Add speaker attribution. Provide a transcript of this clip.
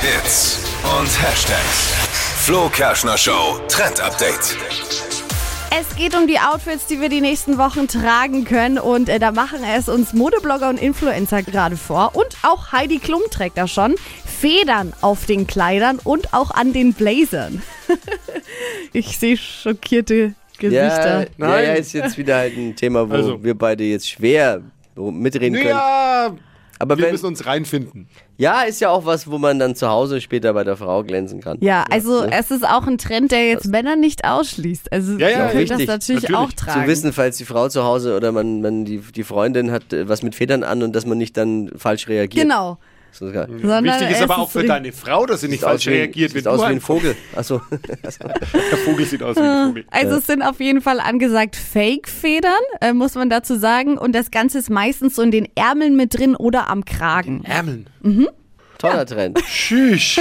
Speaker 1: Hits und Hashtags. Flo Kerschner Show Trend Update.
Speaker 2: Es geht um die Outfits, die wir die nächsten Wochen tragen können. Und äh, da machen es uns Modeblogger und Influencer gerade vor. Und auch Heidi Klum trägt da schon Federn auf den Kleidern und auch an den Blazern. ich sehe schockierte
Speaker 3: Ja,
Speaker 2: Gesichter.
Speaker 3: ja,
Speaker 4: Nein.
Speaker 3: ja, ist jetzt wieder halt ein Thema, wo
Speaker 4: Also.
Speaker 3: wir beide jetzt schwer mitreden können.
Speaker 4: Ja,
Speaker 3: Aber
Speaker 4: wir
Speaker 3: wenn-
Speaker 4: müssen uns reinfinden.
Speaker 3: Ja, ist ja auch was, wo man dann zu Hause später bei der Frau glänzen kann.
Speaker 2: Ja, also es ist auch ein Trend, der jetzt Männer nicht ausschließt. Also
Speaker 4: Ja, ja,
Speaker 2: ihr könnt das
Speaker 3: richtig.
Speaker 2: natürlich,
Speaker 4: Natürlich.
Speaker 2: auch
Speaker 4: Zu
Speaker 2: tragen.
Speaker 3: Zu wissen, falls die Frau zu Hause oder man, man die, die Freundin hat äh, was mit Federn an und dass man nicht dann falsch reagiert.
Speaker 2: Genau.
Speaker 3: So ist geil.
Speaker 2: Sondern
Speaker 4: Wichtig ist
Speaker 2: es
Speaker 4: aber auch für
Speaker 2: ri-
Speaker 4: deine Frau, dass sie nicht
Speaker 3: Sieht aus
Speaker 4: falsch
Speaker 3: wie-
Speaker 4: reagiert.
Speaker 3: Sieht
Speaker 4: wenn
Speaker 3: aus wie
Speaker 4: du
Speaker 3: ein
Speaker 4: ein-
Speaker 3: Vogel. Achso.
Speaker 4: Der Vogel sieht aus wie ein Vogel.
Speaker 2: Also es sind auf jeden Fall angesagt Fake-Federn, äh, muss man dazu sagen. Und das Ganze ist meistens so in den Ärmeln mit drin oder am Kragen.
Speaker 4: Ärmeln.
Speaker 3: Toller Trend.
Speaker 4: Tschüss.